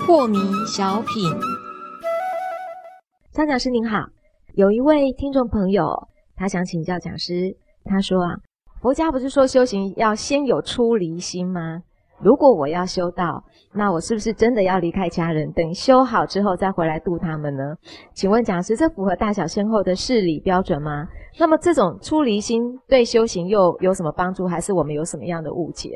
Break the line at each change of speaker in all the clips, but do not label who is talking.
破迷小品。张讲师您好，有一位听众朋友，他想请教讲师，他说啊，佛家不是说修行要先有出离心吗？如果我要修道，那我是不是真的要离开家人，等修好之后再回来度他们呢？请问讲师，这符合大小先后的事理标准吗？那么这种出离心对修行又有什么帮助，还是我们有什么样的误解？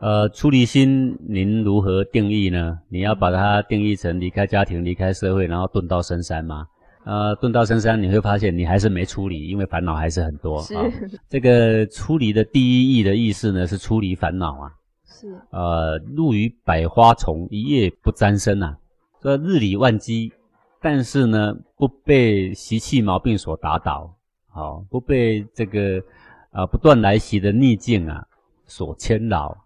呃，出离心您如何定义呢？你要把它定义成离开家庭、离开社会，然后遁到深山吗？呃，遁到深山，你会发现你还是没出离，因为烦恼还是很多
是
啊。这个出离的第一义的意思呢，是出离烦恼啊。
是
呃，入于百花丛，一叶不沾身啊。这日理万机，但是呢，不被习气毛病所打倒，好、不被这个啊、不断来袭的逆境啊所牵扰，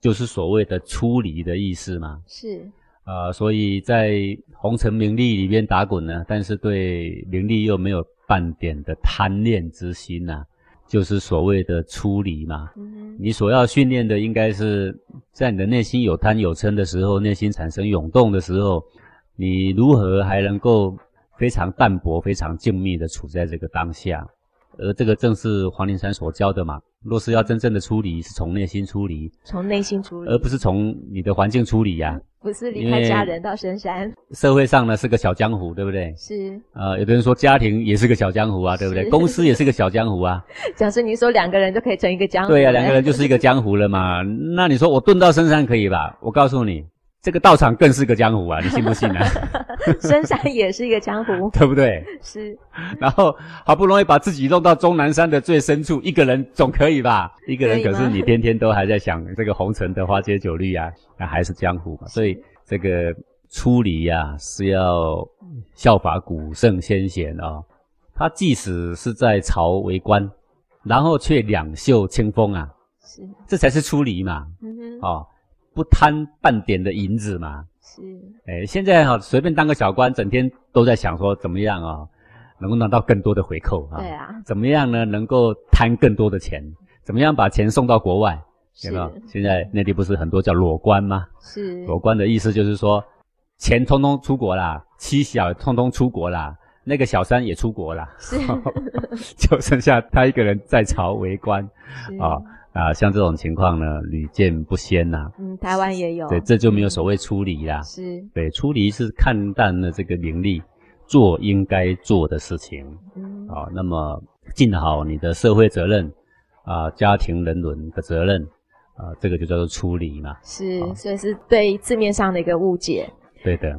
就是所谓的出离的意思嘛。
是
呃，所以在红尘名利里面打滚呢，但是对名利又没有半点的贪恋之心呐、就是所谓的出离嘛。
嗯
你所要训练的应该是在你的内心有贪有嗔的时候，内心产生涌动的时候，你如何还能够非常淡泊、非常静谧的处在这个当下？而这个正是黄庭山所教的嘛。若是要真正的出离，是从内心出离，
从内心出离，
而不是从你的环境出离呀、
不是离
因
开
为
家人到深山，
社会上呢是个小江湖，对不对？
是
呃，有的人说家庭也是个小江湖啊，对不对？
是
公司也是个小江湖啊。
讲师您说两个人就可以成一个江湖，
对呀、两个人就是一个江湖了嘛。那你说我遁到深山可以吧？我告诉你，这个道场更是个江湖啊，你信不信 啊？，
深山也是一个江湖
对不对？
是
然后好不容易把自己弄到终南山的最深处，一个人总可以吧？一个人
可以
可
吗
是你天天都还在想这个红尘的花街酒绿啊，那还是江湖嘛。所以这个出离呀、是要效法古圣先贤啊、他即使是在朝为官，然后却两袖清风啊，
是，
这才是出离嘛。
嗯 哼，
哦，不贪半点的银子嘛。
是
哎，现在哈、随便当个小官，整天都在想说怎么样啊、能够拿到更多的回扣啊？
对啊，
怎么样呢？能够贪更多的钱？怎么样把钱送到国外？
是
有没有？现在内地不是很多叫裸官吗？
是
裸官的意思就是说，钱通通出国啦，妻小通通出国啦，那个小三也出 国啦，
是
就剩下他一个人在朝为官
是
啊啊！像这种情况呢，屡见不鲜呐、
嗯，台湾也有，
对，这就没有所谓出离啦。
是
对，出离是看淡了这个名利，做应该做的事情
嗯
啊、那么尽好你的社会责任啊、家庭人伦的责任啊、这个就叫做出离嘛。
是，
好
所以是对字面上的一个误解。
对的，